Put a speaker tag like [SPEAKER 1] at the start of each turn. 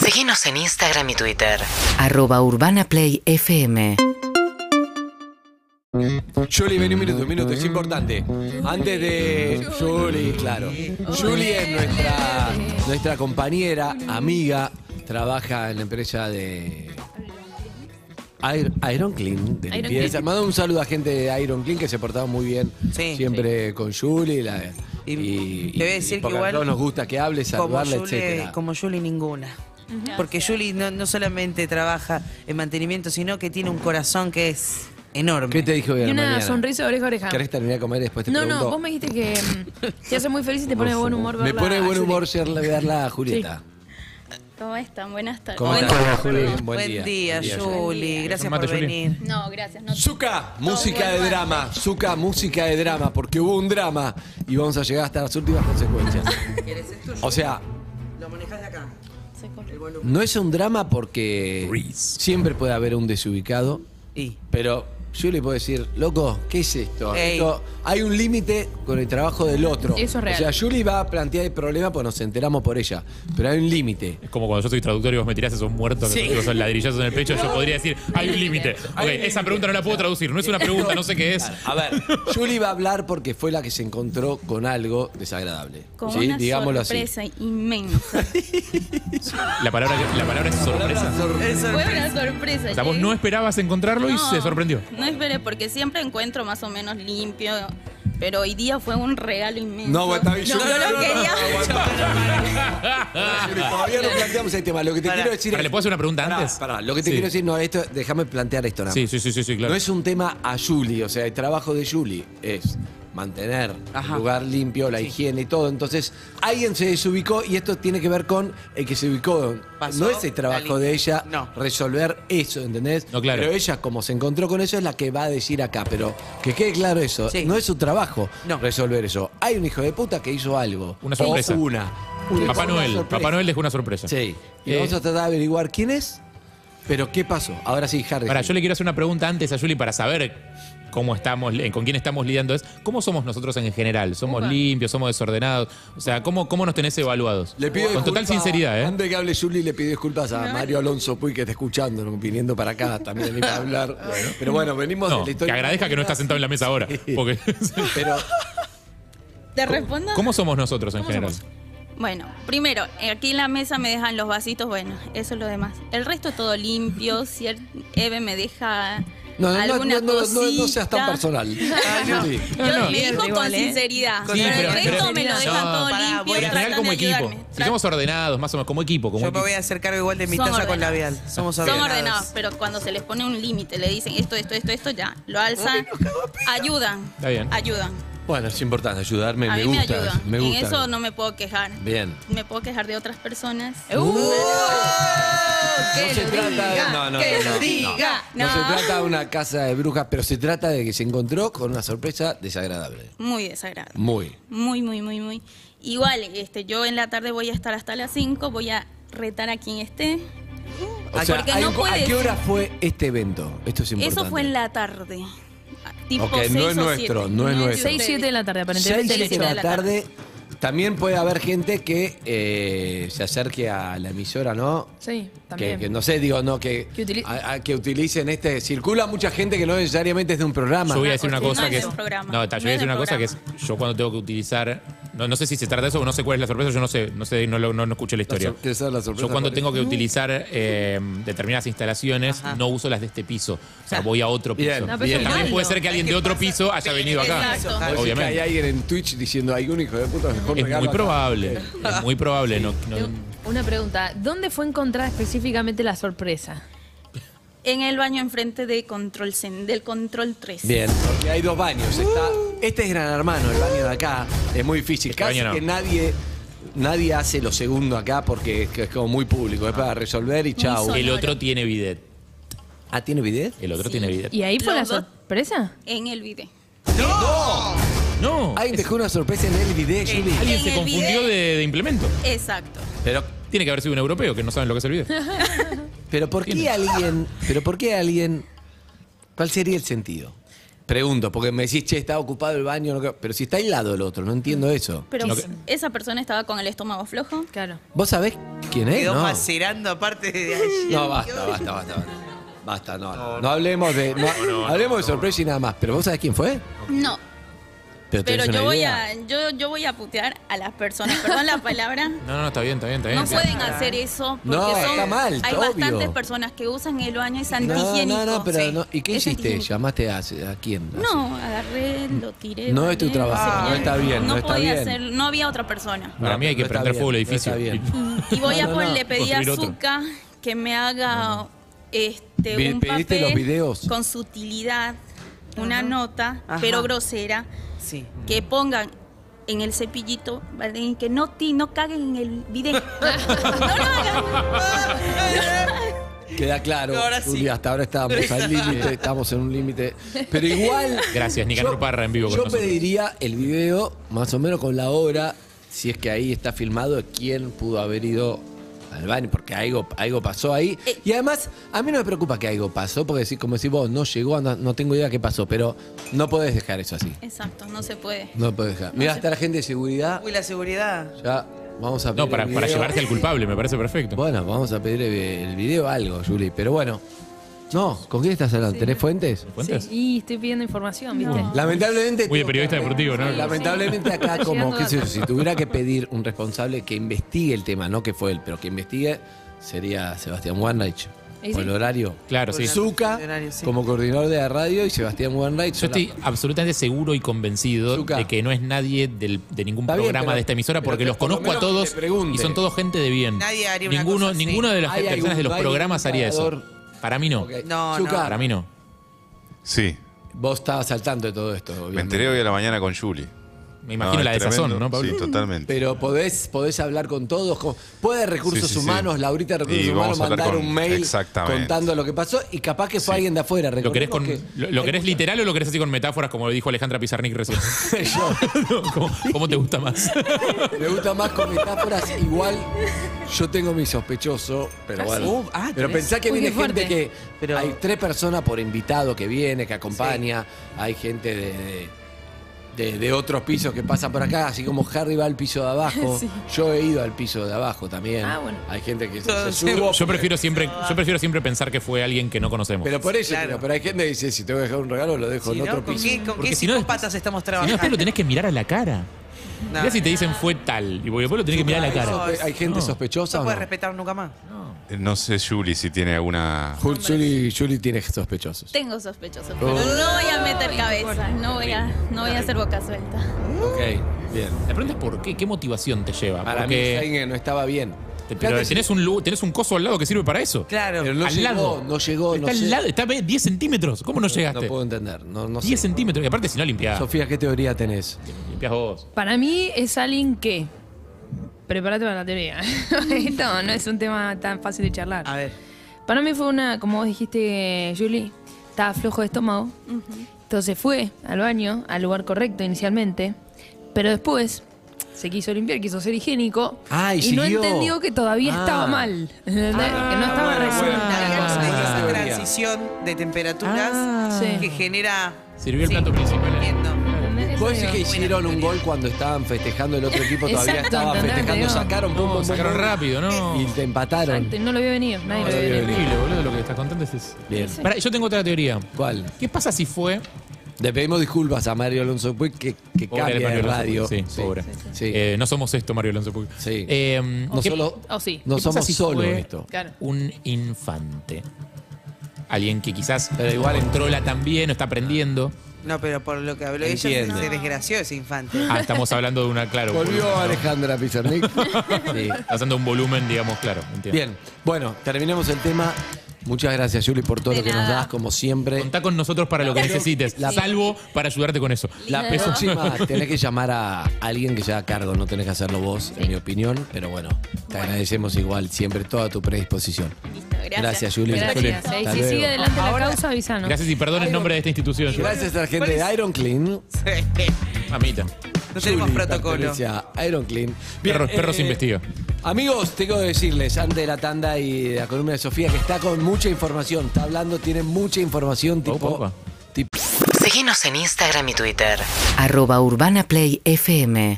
[SPEAKER 1] Seguinos en Instagram y Twitter.
[SPEAKER 2] Arroba Urbana Play FM.
[SPEAKER 3] Julie, vení un minuto, un minuto, es importante. Antes de. Julie, claro. Julie es nuestra, nuestra compañera, amiga, trabaja en la empresa de. Air- Iron Clean, de
[SPEAKER 4] Iron
[SPEAKER 3] limpieza. Manda un saludo a gente de Iron Clean que se ha portado muy bien
[SPEAKER 5] Sí.
[SPEAKER 3] siempre con Julie. la-
[SPEAKER 5] Y
[SPEAKER 3] y,
[SPEAKER 5] te voy a decir que
[SPEAKER 3] porque
[SPEAKER 5] igual-
[SPEAKER 3] a todos nos gusta que hable,
[SPEAKER 5] como
[SPEAKER 3] saludarla,
[SPEAKER 5] Julie,
[SPEAKER 3] etcétera.
[SPEAKER 5] como Julie ninguna. Porque Julie no, no solamente trabaja en mantenimiento, sino que tiene un corazón que es enorme.
[SPEAKER 3] ¿Qué te dijo hoy a
[SPEAKER 4] Y
[SPEAKER 3] la
[SPEAKER 4] una
[SPEAKER 3] mañana?
[SPEAKER 4] sonrisa de oreja a oreja.
[SPEAKER 3] ¿Querés terminar de comer y después te
[SPEAKER 4] No,
[SPEAKER 3] pregunto?
[SPEAKER 4] no, vos me dijiste que mm, te hace muy feliz y te pone de buen humor
[SPEAKER 3] Me
[SPEAKER 4] verla
[SPEAKER 3] pone
[SPEAKER 4] a
[SPEAKER 3] buen
[SPEAKER 4] Julie.
[SPEAKER 3] humor ser- verla a Julieta.
[SPEAKER 6] ¿Cómo están? Buenas tardes.
[SPEAKER 3] ¿Cómo
[SPEAKER 5] Buen
[SPEAKER 3] estás,
[SPEAKER 5] día,
[SPEAKER 3] Juli?
[SPEAKER 5] Buen, día, Julie. Gracias por venir.
[SPEAKER 6] No, gracias. No,
[SPEAKER 3] Zuka,
[SPEAKER 6] Todo
[SPEAKER 3] música
[SPEAKER 6] muy
[SPEAKER 3] de
[SPEAKER 6] mal.
[SPEAKER 3] drama, Zuka, música de drama, porque hubo un drama y vamos a llegar hasta las últimas consecuencias. O sea,
[SPEAKER 5] Lo manejás de acá.
[SPEAKER 6] se corre.
[SPEAKER 3] no es un drama porque siempre puede haber un desubicado,
[SPEAKER 5] Y.
[SPEAKER 3] pero yo le puedo decir, loco, ¿qué es esto?
[SPEAKER 5] Ey.
[SPEAKER 3] Esto- hay un límite con el trabajo del otro.
[SPEAKER 4] Eso es real.
[SPEAKER 3] O sea, Julie va a plantear el problema pues nos enteramos por ella, pero hay un límite.
[SPEAKER 7] Es como cuando yo soy traductor y vos me tirás esos muertos, que esos ladrillazos en el pecho, yo podría decir, hay un límite. Ok, esa pregunta no la puedo traducir, no es una pregunta, no sé qué es.
[SPEAKER 3] A ver, Julie va a hablar porque fue la que se encontró con algo desagradable.
[SPEAKER 6] Con
[SPEAKER 3] ¿sí?
[SPEAKER 6] una
[SPEAKER 3] Digámoslo así.
[SPEAKER 6] sorpresa inmensa.
[SPEAKER 7] La palabra, la palabra es sorpresa.
[SPEAKER 5] Eso.
[SPEAKER 6] Fue una sorpresa.
[SPEAKER 7] O sea, vos
[SPEAKER 6] llegué-
[SPEAKER 7] no esperabas encontrarlo y
[SPEAKER 6] No,
[SPEAKER 7] se sorprendió.
[SPEAKER 6] No esperé, porque siempre encuentro más o menos limpio. Pero hoy día fue un regalo inmenso.
[SPEAKER 3] No, aguanta,
[SPEAKER 6] No, no, lo quería.
[SPEAKER 3] Todavía no planteamos el tema. Lo que te
[SPEAKER 5] Pará.
[SPEAKER 3] quiero decir.
[SPEAKER 7] Pará, ¿le puedo hacer una pregunta
[SPEAKER 3] Pará,
[SPEAKER 7] antes?
[SPEAKER 3] pará, lo que te
[SPEAKER 7] Sí.
[SPEAKER 3] quiero decir, no, esto, déjame plantear esto nada
[SPEAKER 7] Sí,
[SPEAKER 3] más.
[SPEAKER 7] sí, sí, sí, sí, claro.
[SPEAKER 3] No es un tema a Julie, o sea, el trabajo de Julie es mantener
[SPEAKER 5] Ajá.
[SPEAKER 3] el lugar limpio, la higiene y todo. Entonces, alguien se desubicó y esto tiene que ver con el que se ubicó.
[SPEAKER 5] Pasó
[SPEAKER 3] no es el
[SPEAKER 5] la
[SPEAKER 3] trabajo
[SPEAKER 5] línea.
[SPEAKER 3] de ella
[SPEAKER 5] No.
[SPEAKER 3] resolver eso, ¿entendés?
[SPEAKER 7] No, claro.
[SPEAKER 3] Pero ella, como se encontró con eso, es la que va a decir acá. Pero que quede claro eso,
[SPEAKER 5] Sí.
[SPEAKER 3] no es su trabajo
[SPEAKER 5] No.
[SPEAKER 3] resolver eso. Hay un hijo de puta que hizo algo.
[SPEAKER 7] Una sorpresa.
[SPEAKER 3] O una. Una-
[SPEAKER 7] Papá
[SPEAKER 3] una
[SPEAKER 7] Noel,
[SPEAKER 3] sorpresa.
[SPEAKER 7] Papá Noel dejó una sorpresa.
[SPEAKER 3] Sí. Y
[SPEAKER 7] Eh,
[SPEAKER 3] vamos a tratar de averiguar quién es, pero qué pasó. Ahora sí, Harry.
[SPEAKER 7] Ahora, yo le quiero hacer una pregunta antes a Juli para saber cómo estamos, eh, con quién estamos lidiando. Es, ¿Cómo somos nosotros en general? ¿Somos limpios? ¿Somos desordenados? O sea, ¿cómo, cómo nos tenés evaluados?
[SPEAKER 3] Le pido
[SPEAKER 7] con total
[SPEAKER 3] disculpas-
[SPEAKER 7] sinceridad, ¿eh?
[SPEAKER 3] Antes que hable Juli, le pido disculpas a Mario Alonso Puy, que está escuchando, ¿no? viniendo para acá también vení para hablar. Pero bueno, venimos de
[SPEAKER 7] No,
[SPEAKER 3] la
[SPEAKER 7] que
[SPEAKER 3] historia.
[SPEAKER 7] agradezca que no está sentado en la mesa ahora. Porque,
[SPEAKER 3] Pero
[SPEAKER 6] ¿Te respondo?
[SPEAKER 7] ¿Cómo somos nosotros en general?
[SPEAKER 6] Bueno, primero, eh, aquí en la mesa me dejan los vasitos, bueno, eso es lo demás. El resto todo limpio, si el- Eve me deja
[SPEAKER 3] no, no, no,
[SPEAKER 6] alguna
[SPEAKER 3] no, no, no, no seas tan
[SPEAKER 6] cosita. Ah,
[SPEAKER 3] personal.
[SPEAKER 6] Yo
[SPEAKER 7] No, no.
[SPEAKER 6] le digo
[SPEAKER 5] Igual,
[SPEAKER 6] con
[SPEAKER 5] ¿eh?
[SPEAKER 6] sinceridad.
[SPEAKER 5] Sí,
[SPEAKER 6] pero,
[SPEAKER 7] pero-
[SPEAKER 6] el resto
[SPEAKER 7] pero-
[SPEAKER 6] me lo dejan
[SPEAKER 7] no.
[SPEAKER 6] todo
[SPEAKER 5] Pará,
[SPEAKER 6] limpio.
[SPEAKER 5] voy a-
[SPEAKER 7] En general,
[SPEAKER 6] tratan
[SPEAKER 7] como
[SPEAKER 6] de
[SPEAKER 7] equipo.
[SPEAKER 6] ayudarme.
[SPEAKER 7] Si somos ordenados, más o menos, como equipo. Como
[SPEAKER 5] Yo me voy a
[SPEAKER 7] equipo.
[SPEAKER 5] hacer cargo igual de mi
[SPEAKER 6] Son
[SPEAKER 5] taza con
[SPEAKER 6] ordenados.
[SPEAKER 5] labial. Somos
[SPEAKER 6] Son
[SPEAKER 5] ordenados.
[SPEAKER 6] ordenados, pero cuando se les pone un límite, le dicen esto, esto, esto, esto, ya. Lo alzan, ayudan.
[SPEAKER 7] Está bien.
[SPEAKER 6] Ayudan.
[SPEAKER 3] Bueno, es importante ayudarme,
[SPEAKER 6] A
[SPEAKER 3] me
[SPEAKER 6] mí me
[SPEAKER 3] gusta.
[SPEAKER 6] ayudan.
[SPEAKER 3] me
[SPEAKER 6] En
[SPEAKER 3] gusta.
[SPEAKER 6] eso no me puedo quejar.
[SPEAKER 3] Bien. Uh.
[SPEAKER 6] Me puedo quejar de otras personas.
[SPEAKER 3] No se trata de. No, no,
[SPEAKER 6] que
[SPEAKER 3] no,
[SPEAKER 6] lo
[SPEAKER 3] no.
[SPEAKER 6] diga.
[SPEAKER 3] No
[SPEAKER 6] No.
[SPEAKER 3] se trata de una casa de brujas, pero se trata de que se encontró con una sorpresa desagradable.
[SPEAKER 6] Muy desagradable.
[SPEAKER 3] Muy.
[SPEAKER 6] Muy, muy, muy, muy. Igual, este, yo en la tarde voy a estar hasta las 5, voy a retar a quien esté.
[SPEAKER 3] O sea,
[SPEAKER 6] Porque
[SPEAKER 3] hay
[SPEAKER 6] no
[SPEAKER 3] un co- ¿a
[SPEAKER 6] puede
[SPEAKER 3] qué
[SPEAKER 6] ser.
[SPEAKER 3] hora fue este evento? Esto es importante.
[SPEAKER 6] Eso fue en la tarde. Tipo
[SPEAKER 3] Ok,
[SPEAKER 6] seis
[SPEAKER 3] no
[SPEAKER 6] o
[SPEAKER 3] es nuestro,
[SPEAKER 6] siete.
[SPEAKER 3] no es nuestro.
[SPEAKER 6] de
[SPEAKER 4] 6, 7 de la
[SPEAKER 3] Seis,
[SPEAKER 4] tarde, aparentemente.
[SPEAKER 6] Seis,
[SPEAKER 3] siete
[SPEAKER 4] el
[SPEAKER 6] siete
[SPEAKER 4] hecho.
[SPEAKER 3] de la tarde. También puede haber gente que eh, se acerque a la emisora, ¿no?
[SPEAKER 4] Sí,
[SPEAKER 3] Que,
[SPEAKER 4] también.
[SPEAKER 3] que no sé, digo, no, que,
[SPEAKER 4] Que utili-
[SPEAKER 3] a- a- que utilicen este. Circula mucha gente que no necesariamente es de un programa.
[SPEAKER 7] Yo voy a decir una
[SPEAKER 6] No
[SPEAKER 7] cosa
[SPEAKER 6] es
[SPEAKER 7] que
[SPEAKER 6] del
[SPEAKER 7] es.
[SPEAKER 6] programa.
[SPEAKER 7] No, está,
[SPEAKER 6] No
[SPEAKER 7] yo voy a
[SPEAKER 6] es
[SPEAKER 7] decir
[SPEAKER 6] del
[SPEAKER 7] una cosa que es.
[SPEAKER 6] programa.
[SPEAKER 7] Yo cuando tengo que utilizar. No, no sé si se trata de eso o no sé cuál es la sorpresa, yo no sé, no sé, no, lo- no- no escuché la historia.
[SPEAKER 3] sor- ¿quieres saber la sorpresa Ah,
[SPEAKER 7] yo cuando
[SPEAKER 3] cuál es?
[SPEAKER 7] tengo que utilizar eh, determinadas instalaciones, no uso las de este piso. O sea, voy a otro piso.
[SPEAKER 3] Bien, No,
[SPEAKER 4] pero bien.
[SPEAKER 7] También puede ser que alguien de otro piso haya venido
[SPEAKER 6] Exacto.
[SPEAKER 7] acá.
[SPEAKER 3] Vos decís que Hay
[SPEAKER 7] Obviamente.
[SPEAKER 3] alguien en Twitch diciendo, hay un hijo de puta mejor
[SPEAKER 7] Es
[SPEAKER 3] regalo
[SPEAKER 7] muy
[SPEAKER 3] acá".
[SPEAKER 7] probable. Es muy probable. no- no-
[SPEAKER 4] Una pregunta, ¿dónde fue encontrada específicamente la sorpresa?
[SPEAKER 6] En el baño enfrente de control Cen- del control 3.
[SPEAKER 3] Bien, porque hay dos baños. Está, este es Gran Hermano, el baño de acá. Es muy difícil.
[SPEAKER 7] Este
[SPEAKER 3] Casi
[SPEAKER 7] baño no.
[SPEAKER 3] que nadie, nadie hace lo segundo acá porque es, que es como muy público.
[SPEAKER 7] Ah.
[SPEAKER 3] Es para resolver y chau.
[SPEAKER 7] el otro tiene bidet.
[SPEAKER 3] Ah, ¿tiene bidet?
[SPEAKER 7] El
[SPEAKER 6] Sí.
[SPEAKER 7] otro tiene bidet.
[SPEAKER 4] ¿Y ahí fue la
[SPEAKER 6] Los dos.
[SPEAKER 4] sorpresa?
[SPEAKER 6] En el video.
[SPEAKER 7] No.
[SPEAKER 3] Alguien dejó una sorpresa en el bidet, Juli.
[SPEAKER 7] Alguien
[SPEAKER 6] En
[SPEAKER 7] se
[SPEAKER 6] el
[SPEAKER 7] confundió de,
[SPEAKER 6] bidet.
[SPEAKER 7] de implemento.
[SPEAKER 6] Exacto.
[SPEAKER 3] Pero,
[SPEAKER 7] Tiene que haber sido un europeo que no saben lo que es el bidet.
[SPEAKER 3] pero ¿por qué alguien? Pero ¿por qué alguien? ¿Cuál sería el sentido? Pregunto, porque me decís, che, está ocupado el baño, no creo- pero si está aislado el otro, no entiendo eso.
[SPEAKER 6] Pero
[SPEAKER 7] Lo que-
[SPEAKER 6] esa persona estaba con el estómago flojo.
[SPEAKER 4] Claro.
[SPEAKER 3] ¿Vos sabés quién es?
[SPEAKER 5] Quedó
[SPEAKER 3] Eh, no.
[SPEAKER 5] macerando aparte de ayer.
[SPEAKER 3] No, basta, basta, basta. basta. Basta, no, no. No hablemos de. no- hablemos de sorpresa y nada más. Pero vos sabés quién fue?
[SPEAKER 6] No, pero
[SPEAKER 3] tenés
[SPEAKER 6] yo
[SPEAKER 3] una
[SPEAKER 6] voy,
[SPEAKER 3] idea.
[SPEAKER 6] a, yo, yo voy a putear a las personas. Perdón la palabra.
[SPEAKER 7] No, no, no, está bien, está bien, está bien.
[SPEAKER 6] No pueden hacer eso porque
[SPEAKER 3] No,
[SPEAKER 6] son-
[SPEAKER 3] está mal,
[SPEAKER 6] hay
[SPEAKER 3] obvio.
[SPEAKER 6] bastantes personas que usan el baño, es
[SPEAKER 3] No,
[SPEAKER 6] antihigiénico.
[SPEAKER 3] no, no, pero
[SPEAKER 6] Sí,
[SPEAKER 3] no. ¿Y qué
[SPEAKER 6] es
[SPEAKER 3] hiciste?
[SPEAKER 6] antihigiénico.
[SPEAKER 3] ¿Llamaste a, a quién?
[SPEAKER 6] No, agarré, lo tiré.
[SPEAKER 3] No es tu
[SPEAKER 6] bañé,
[SPEAKER 3] trabajo,
[SPEAKER 6] lo
[SPEAKER 3] no está bien, no
[SPEAKER 6] No
[SPEAKER 3] está
[SPEAKER 6] podía
[SPEAKER 3] bien.
[SPEAKER 6] hacer, no había otra persona.
[SPEAKER 7] Para mí hay que
[SPEAKER 3] No está
[SPEAKER 7] prender
[SPEAKER 3] bien,
[SPEAKER 7] fuego el
[SPEAKER 3] no está
[SPEAKER 7] edificio.
[SPEAKER 3] bien.
[SPEAKER 6] Y voy
[SPEAKER 3] No,
[SPEAKER 6] a
[SPEAKER 3] no,
[SPEAKER 6] por-
[SPEAKER 3] no.
[SPEAKER 6] le pedí a
[SPEAKER 7] Construir otro.
[SPEAKER 6] Zuka que me haga este
[SPEAKER 3] Vi-
[SPEAKER 6] un
[SPEAKER 3] ¿pediste
[SPEAKER 6] papel
[SPEAKER 3] los videos?
[SPEAKER 6] con sutilidad, una nota,
[SPEAKER 5] Ajá.
[SPEAKER 6] pero grosera,
[SPEAKER 5] Sí.
[SPEAKER 6] que pongan en el cepillito ¿vale? y que no ti no caguen en el video. no lo hagan.
[SPEAKER 3] Queda claro,
[SPEAKER 5] Ahora sí.
[SPEAKER 3] Juli, hasta ahora estábamos al límite, estamos en un límite. Pero igual.
[SPEAKER 7] Gracias, Nicanor
[SPEAKER 3] yo-
[SPEAKER 7] Parra en vivo con
[SPEAKER 3] Yo
[SPEAKER 7] nosotros.
[SPEAKER 3] pediría el video, más o menos con la hora, si es que ahí está filmado, de quién pudo haber ido al baño, porque algo, algo pasó ahí.
[SPEAKER 6] Eh.
[SPEAKER 3] Y además, a mí no me preocupa que algo pasó, porque si, como decís vos, no llegó, no, no tengo idea qué pasó, pero no podés dejar eso así.
[SPEAKER 6] Exacto, no se puede.
[SPEAKER 3] No podés dejar. Mira, está la gente de seguridad.
[SPEAKER 5] Uy, la seguridad.
[SPEAKER 3] Ya, vamos a pedir
[SPEAKER 7] No, para,
[SPEAKER 3] el
[SPEAKER 7] para
[SPEAKER 3] video.
[SPEAKER 7] llevarse al culpable, me parece perfecto.
[SPEAKER 3] Bueno, vamos a pedir el, el video algo, Juli, pero bueno. No, ¿con quién estás hablando? ¿Tenés fuentes?
[SPEAKER 7] ¿Cuentas?
[SPEAKER 4] Y estoy pidiendo información, ¿viste?
[SPEAKER 3] Lamentablemente.
[SPEAKER 7] Muy de periodista deportivo, ¿no?
[SPEAKER 3] Lamentablemente acá
[SPEAKER 4] Llegando
[SPEAKER 3] como, qué sé yo,
[SPEAKER 4] datos.
[SPEAKER 3] si tuviera que pedir un responsable que investigue el tema, no que fue él, pero que investigue, sería Sebastián Wanreich.
[SPEAKER 4] ¿Y
[SPEAKER 3] Por el
[SPEAKER 4] sí?
[SPEAKER 3] horario.
[SPEAKER 7] Claro, sí.
[SPEAKER 3] Zucca,
[SPEAKER 5] El horario, sí.
[SPEAKER 3] como coordinador de la radio, y Sebastián Wanreich.
[SPEAKER 7] Yo estoy absolutamente seguro y convencido
[SPEAKER 3] Zucca.
[SPEAKER 7] de que no es nadie del- de ningún
[SPEAKER 3] Está bien,
[SPEAKER 7] programa
[SPEAKER 3] pero-
[SPEAKER 7] de esta emisora
[SPEAKER 3] pero
[SPEAKER 7] porque
[SPEAKER 3] que
[SPEAKER 7] los
[SPEAKER 3] por lo
[SPEAKER 7] conozco a
[SPEAKER 3] menos que
[SPEAKER 7] todos
[SPEAKER 3] te pregunte.
[SPEAKER 7] y son todos gente de bien.
[SPEAKER 5] Nadie haría una
[SPEAKER 7] ninguno,
[SPEAKER 5] cosa así.
[SPEAKER 7] Ninguna de las
[SPEAKER 3] ¿Hay
[SPEAKER 7] personas de
[SPEAKER 3] algún-
[SPEAKER 7] los
[SPEAKER 3] no hay
[SPEAKER 7] programas
[SPEAKER 3] ningún
[SPEAKER 7] haría eso.
[SPEAKER 3] jugador?
[SPEAKER 7] Para mí no.
[SPEAKER 5] No, no.
[SPEAKER 3] Zucca,
[SPEAKER 7] Para mí no.
[SPEAKER 8] Sí,
[SPEAKER 3] Vos estabas al tanto de todo esto, obviamente.
[SPEAKER 8] me enteré hoy a la mañana con Julie.
[SPEAKER 7] Me imagino
[SPEAKER 8] No,
[SPEAKER 7] la
[SPEAKER 8] es
[SPEAKER 7] desazón,
[SPEAKER 8] tremendo.
[SPEAKER 7] ¿no, Pablo?
[SPEAKER 8] Sí, totalmente.
[SPEAKER 3] Pero podés, podés hablar con todos. con- puede Recursos
[SPEAKER 8] Sí, sí, sí.
[SPEAKER 3] Humanos, Laurita de Recursos
[SPEAKER 8] Y
[SPEAKER 3] Humanos,
[SPEAKER 8] vamos a hablar
[SPEAKER 3] mandar
[SPEAKER 8] con-
[SPEAKER 3] un mail
[SPEAKER 8] exactamente.
[SPEAKER 3] contando lo que pasó y capaz que fue alguien de afuera.
[SPEAKER 7] ¿Lo querés, con,
[SPEAKER 3] Recordemos
[SPEAKER 7] lo, lo querés literal o lo querés así con metáforas como lo dijo Alejandra Pizarnik recién?
[SPEAKER 3] que- yo-
[SPEAKER 7] No, ¿Cómo, cómo te gusta más?
[SPEAKER 3] Me gusta más con metáforas. Igual yo tengo mi sospechoso, pero bueno.
[SPEAKER 5] Uh, ah,
[SPEAKER 3] pero
[SPEAKER 5] tenés-
[SPEAKER 3] pensá que
[SPEAKER 4] Uy,
[SPEAKER 3] viene
[SPEAKER 4] qué fuerte.
[SPEAKER 3] gente que.
[SPEAKER 5] Pero-
[SPEAKER 3] Hay tres personas por invitado que viene, que acompaña. Hay gente de. de- de- de otros pisos que pasa por acá, así como Harry va al piso de abajo, yo he ido al piso de abajo también.
[SPEAKER 4] Ah, bueno.
[SPEAKER 3] Hay gente que se, se
[SPEAKER 5] Todos
[SPEAKER 3] subo.
[SPEAKER 7] Yo prefiero siempre, yo prefiero siempre pensar que fue alguien que no conocemos.
[SPEAKER 3] Pero por eso,
[SPEAKER 5] Claro.
[SPEAKER 3] pero, pero hay gente que dice, si te voy a dejar un regalo, lo dejo
[SPEAKER 5] Sí,
[SPEAKER 3] en
[SPEAKER 5] ¿no?
[SPEAKER 3] otro
[SPEAKER 5] ¿Con
[SPEAKER 3] piso.
[SPEAKER 5] qué, con
[SPEAKER 7] Porque
[SPEAKER 5] qué
[SPEAKER 7] si no,
[SPEAKER 5] psicópatas estamos
[SPEAKER 7] Si no,
[SPEAKER 5] trabajando?
[SPEAKER 7] después lo tenés que mirar a la cara.
[SPEAKER 5] No.
[SPEAKER 7] Mirá si te dicen fue tal. Y después lo tenés que mirar a la cara.
[SPEAKER 3] Hay- Hay gente
[SPEAKER 7] No.
[SPEAKER 3] sospechosa.
[SPEAKER 5] No
[SPEAKER 3] o
[SPEAKER 5] puedes
[SPEAKER 3] No?
[SPEAKER 5] respetar nunca más.
[SPEAKER 8] No sé, Julie, si tiene alguna.
[SPEAKER 3] Jul- Juli, Juli tiene sospechosos.
[SPEAKER 6] Tengo sospechosos, pero
[SPEAKER 3] Oh.
[SPEAKER 6] no voy a meter cabeza, no voy a, no voy a hacer boca suelta.
[SPEAKER 3] Ok, bien.
[SPEAKER 7] La pregunta es por qué, qué motivación te lleva.
[SPEAKER 3] Para mí
[SPEAKER 7] Porque-
[SPEAKER 3] es alguien que no estaba bien.
[SPEAKER 7] te- pero
[SPEAKER 3] Fíjate,
[SPEAKER 7] tenés un, lu- tenés un coso al lado que sirve para eso.
[SPEAKER 5] Claro.
[SPEAKER 3] Pero no
[SPEAKER 7] al
[SPEAKER 3] llegó,
[SPEAKER 7] lado.
[SPEAKER 3] no llegó, no
[SPEAKER 7] está
[SPEAKER 3] sé.
[SPEAKER 7] al lado, está ve- 10 centímetros. ¿Cómo no
[SPEAKER 3] No
[SPEAKER 7] llegaste?
[SPEAKER 3] puedo entender. No, no
[SPEAKER 7] 10
[SPEAKER 3] sé.
[SPEAKER 7] centímetros. Y aparte, si no limpiás,
[SPEAKER 3] Sofía, ¿qué teoría tenés?
[SPEAKER 7] limpiás vos.
[SPEAKER 4] Para mí es alguien que. Prepárate para la teoría. Esto no es un tema tan fácil de charlar.
[SPEAKER 5] A ver.
[SPEAKER 4] Para mí fue una, como vos dijiste, Julie, estaba flojo de estómago. Entonces fue al baño, al lugar correcto inicialmente, pero después se quiso limpiar, quiso ser higiénico
[SPEAKER 3] Ah, y
[SPEAKER 4] y no
[SPEAKER 3] siguió.
[SPEAKER 4] entendió que todavía
[SPEAKER 3] Ah.
[SPEAKER 4] estaba mal, ¿entendés? que no estaba
[SPEAKER 3] bueno,
[SPEAKER 4] resuelto.
[SPEAKER 5] Había
[SPEAKER 3] Ah.
[SPEAKER 5] esa transición de temperaturas
[SPEAKER 4] Sí.
[SPEAKER 5] que genera.
[SPEAKER 7] Sirvió el plato principal.
[SPEAKER 5] Entiendo.
[SPEAKER 4] ¿Entendés? Eso
[SPEAKER 3] Vos decís
[SPEAKER 4] digo.
[SPEAKER 3] que hicieron un
[SPEAKER 5] teoría.
[SPEAKER 3] gol cuando estaban festejando el otro equipo, todavía
[SPEAKER 4] Exacto,
[SPEAKER 3] estaba
[SPEAKER 4] ¿entendés?
[SPEAKER 3] festejando,
[SPEAKER 4] Digo,
[SPEAKER 3] sacaron pum,
[SPEAKER 7] No,
[SPEAKER 3] pum,
[SPEAKER 7] sacaron
[SPEAKER 3] pum,
[SPEAKER 7] rápido, ¿no?
[SPEAKER 3] Y te empataron.
[SPEAKER 4] Exacto, y no lo vio venir, nadie lo
[SPEAKER 3] no lo
[SPEAKER 4] vio
[SPEAKER 3] vio
[SPEAKER 4] venir.
[SPEAKER 7] Increíble, boludo, lo que estás contando es eso.
[SPEAKER 3] Bien.
[SPEAKER 7] Pará, yo tengo otra teoría.
[SPEAKER 3] ¿Cuál?
[SPEAKER 7] ¿Qué pasa si fue
[SPEAKER 3] Le pedimos disculpas a Mario Alonso Puig que, que
[SPEAKER 7] Pobre
[SPEAKER 3] cambia
[SPEAKER 7] Mario
[SPEAKER 3] de
[SPEAKER 7] Alonso
[SPEAKER 3] radio.
[SPEAKER 7] Puig, sí, pobre.
[SPEAKER 3] Sí.
[SPEAKER 7] Eh, no somos esto, Mario Alonso Puig.
[SPEAKER 3] Sí.
[SPEAKER 7] Eh,
[SPEAKER 3] no
[SPEAKER 7] ¿qué-
[SPEAKER 3] solo,
[SPEAKER 4] oh, sí.
[SPEAKER 3] no
[SPEAKER 7] qué pasa
[SPEAKER 3] somos
[SPEAKER 7] si
[SPEAKER 3] solo en
[SPEAKER 7] fue
[SPEAKER 3] esto.
[SPEAKER 4] Claro.
[SPEAKER 7] Un infante. Alguien que quizás
[SPEAKER 3] Pero igual-
[SPEAKER 7] controla también o está aprendiendo.
[SPEAKER 5] No, pero por lo que habló
[SPEAKER 3] Entiendo.
[SPEAKER 5] ella, se- se desgració ese infante.
[SPEAKER 7] Ah, estamos hablando de una, claro.
[SPEAKER 3] Volvió
[SPEAKER 7] volumen, ¿no?
[SPEAKER 3] Alejandra Pizarnik. Sí.
[SPEAKER 7] Estás dando un volumen, digamos, claro. Entiendo.
[SPEAKER 3] Bien, bueno, terminemos el tema. Muchas gracias, Juli, por todo
[SPEAKER 6] De
[SPEAKER 3] lo que nos
[SPEAKER 6] nada.
[SPEAKER 3] das, como siempre.
[SPEAKER 7] Contá con nosotros para lo que necesites,
[SPEAKER 3] eh, la-
[SPEAKER 7] salvo para ayudarte con eso.
[SPEAKER 3] La
[SPEAKER 6] Lindo.
[SPEAKER 3] próxima tenés que llamar a alguien que sea a cargo, no tenés que hacerlo vos, en mi opinión, pero bueno, te agradecemos igual siempre toda tu predisposición.
[SPEAKER 6] Listo, gracias.
[SPEAKER 3] Gracias, Juli.
[SPEAKER 4] Gracias.
[SPEAKER 3] Hasta
[SPEAKER 4] Y si
[SPEAKER 3] luego.
[SPEAKER 4] sigue adelante la causa, avisanos.
[SPEAKER 7] Gracias y perdón en nombre de esta institución. yo.
[SPEAKER 3] Gracias a la gente de Iron Clean.
[SPEAKER 7] Mamita.
[SPEAKER 5] No tenemos
[SPEAKER 3] Juli
[SPEAKER 5] protocolo.
[SPEAKER 3] pertenece a Iron Clean.
[SPEAKER 7] Perros- perros
[SPEAKER 3] eh,
[SPEAKER 7] investiga.
[SPEAKER 3] Amigos, tengo que decirles, antes de la tanda y de la columna de Sofía, que está con mucha información, está hablando, tiene mucha información, tipo...
[SPEAKER 7] Opa, opa.
[SPEAKER 3] tipo
[SPEAKER 1] Seguí Seguinos en Instagram y Twitter.
[SPEAKER 2] arroba urbanaplayfm.